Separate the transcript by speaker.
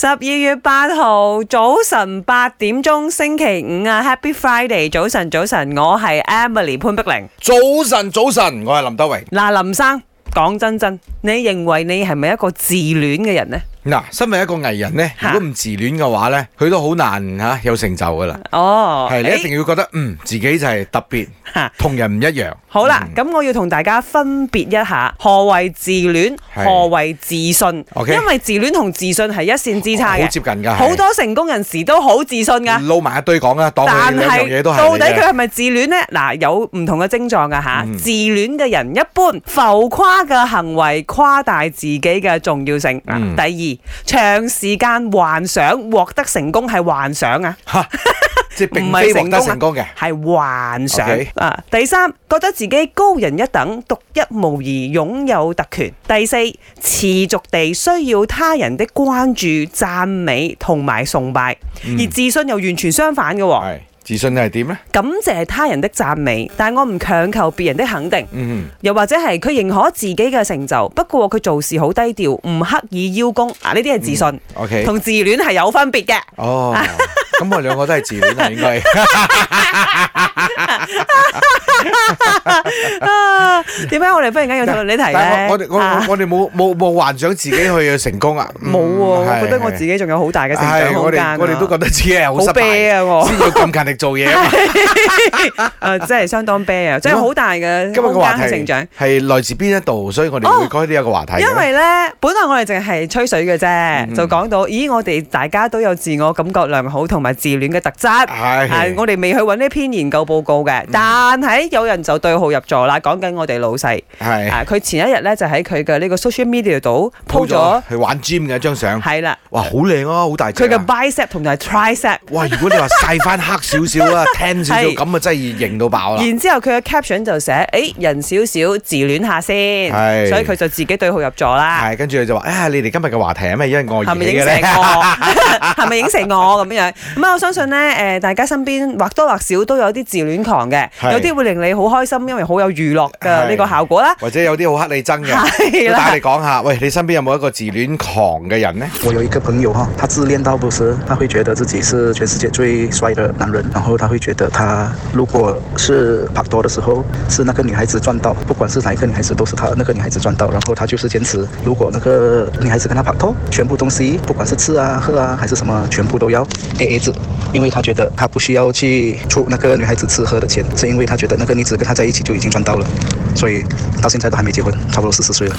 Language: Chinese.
Speaker 1: 十二月八號早晨八點鐘，星期五啊，Happy Friday！早晨，早晨，我係 Emily 潘碧玲。
Speaker 2: 早晨，早晨，我係林德榮。
Speaker 1: 嗱，林生，講真真，你認為你係咪一個自戀嘅人呢？
Speaker 2: 嗱，身為一個藝人呢，如
Speaker 1: 嚇
Speaker 2: 果唔自戀嘅話呢，佢都好難吓有成就噶啦。
Speaker 1: 哦，
Speaker 2: 係你
Speaker 1: 誒
Speaker 2: 一定要覺得，嗯，自己就係特別，
Speaker 1: 嚇
Speaker 2: 同人唔一樣。
Speaker 1: 好啦，
Speaker 2: 嗯
Speaker 1: 咁我要同大家分別一下何謂自戀，
Speaker 2: 係
Speaker 1: 何謂自信。
Speaker 2: OK
Speaker 1: 因為自戀同自信係一線之差
Speaker 2: 好
Speaker 1: 嘅，
Speaker 2: 接近㗎，
Speaker 1: 好多成功人士都好自信噶。
Speaker 2: 撈埋一堆講啦，當佢
Speaker 1: 但
Speaker 2: 兩樣嘢
Speaker 1: 係
Speaker 2: 都係
Speaker 1: 到底
Speaker 2: 嚟嘅
Speaker 1: 佢係咪自戀呢？嗱，有唔同嘅症狀噶吓。
Speaker 2: 嗯
Speaker 1: 自戀嘅人一般浮誇嘅行為誇大自己嘅重要性。啊
Speaker 2: 嗯
Speaker 1: 第二，長時間幻想獲得成功係幻想啊。
Speaker 2: 即係並
Speaker 1: 唔係
Speaker 2: 非
Speaker 1: 成
Speaker 2: 獲得
Speaker 1: 功啊
Speaker 2: 成功嘅。
Speaker 1: 係幻想
Speaker 2: OK
Speaker 1: 啊！第三，覺得自己高人一等，獨一無二，擁有特權。第四，持續地需要他人的關注、讚美同埋崇拜，
Speaker 2: 嗯
Speaker 1: 而自信又完全相反嘅、喎。
Speaker 2: 係自信係點呢？
Speaker 1: 感謝他人的讚美，但我唔強求別人的肯定，
Speaker 2: 嗯，
Speaker 1: 又或者係佢認可自己嘅成就，不過佢做事好低調，唔刻意邀功。啊，呢啲係自信，
Speaker 2: ，OK，
Speaker 1: 同自戀係有分別嘅。
Speaker 2: 哦，咁我哋兩個都係自戀 啊，應該。
Speaker 1: 啊，點解我哋忽然間要討論呢題
Speaker 2: 嗯 但係
Speaker 1: 呢？
Speaker 2: 我我哋我
Speaker 1: 啊
Speaker 2: 我我哋冇冇冇幻想自己去成功啊？嗯
Speaker 1: 冇喎，我
Speaker 2: 係
Speaker 1: 覺得我
Speaker 2: 係
Speaker 1: 自己仲有好大嘅成
Speaker 2: 係
Speaker 1: 長
Speaker 2: 我
Speaker 1: 空間
Speaker 2: 哋
Speaker 1: 啊
Speaker 2: 我哋都覺得自己係好失
Speaker 1: 好啤
Speaker 2: 敗，
Speaker 1: 啊！ 我
Speaker 2: 先要咁勤力做嘢啊嘛。
Speaker 1: 誒真係相當啤啊，真係好大嘅
Speaker 2: 今日
Speaker 1: 空
Speaker 2: 嘅
Speaker 1: 間
Speaker 2: 話
Speaker 1: 係成
Speaker 2: 題
Speaker 1: 長。
Speaker 2: 係來自邊一度，所以我哋會開呢一個話題嘅。
Speaker 1: 因為咧，本來我哋淨係吹水嘅啫，
Speaker 2: 嗯
Speaker 1: 就講到，咦，我哋大家都有自我感覺良好同埋自戀嘅特質。係
Speaker 2: 啊係嗯
Speaker 1: 我哋未去揾呢篇研究報告嘅，但係有人就對號入座啦。講緊我哋老細，
Speaker 2: 係
Speaker 1: 啊，佢前一日咧就喺佢嘅呢個 social media 度 po
Speaker 2: 鋪
Speaker 1: 咗
Speaker 2: 咗，去玩 gym 嘅一張相，
Speaker 1: 係啦，
Speaker 2: 哇好靚啊，好大隻
Speaker 1: 佢嘅
Speaker 2: 啊。
Speaker 1: bicep 同埋 tricep。
Speaker 2: 哇！如果你話曬翻黑少少 啊，聽少少
Speaker 1: 係
Speaker 2: 咁啊，真係型到爆啦。
Speaker 1: 然之後佢嘅 caption 就寫：，誒、人少少自戀下先，
Speaker 2: 係
Speaker 1: 所以佢就自己對號入座啦。
Speaker 2: 係跟住佢就話：，啊，你哋今日嘅話題係咩？因為我
Speaker 1: 係
Speaker 2: 而起
Speaker 1: 咪影
Speaker 2: 嘅
Speaker 1: 成
Speaker 2: 咧。
Speaker 1: 我？係咪影成我咁樣？咁啊，我相信咧，誒、大家身邊或多或少都有啲自戀狂嘅，
Speaker 2: 係
Speaker 1: 有啲會令你好開心，因為好有娛樂嘅
Speaker 2: 係
Speaker 1: 呢個效果啦。
Speaker 2: 或者有啲好乞你憎嘅，
Speaker 1: 係
Speaker 2: 都打
Speaker 1: 啦
Speaker 2: 你，講下，喂，你身邊有冇一個自戀狂嘅人呢？
Speaker 3: 我有一个朋友哈、他自恋到不是，他会觉得自己是全世界最帅的男人，然后他会觉得他如果是拍拖的时候是那个女孩子赚到，不管是哪一个女孩子都是他那个女孩子赚到，然后他就是坚持，如果那个女孩子跟他拍拖，全部东西不管是吃啊喝啊还是什么，全部都要 A A 制，因为他觉得他不需要去出那个女孩子吃喝的钱，是因为他觉得那个女子跟他在一起就已经赚到了，所以到现在都还没结婚，差不多四十岁了。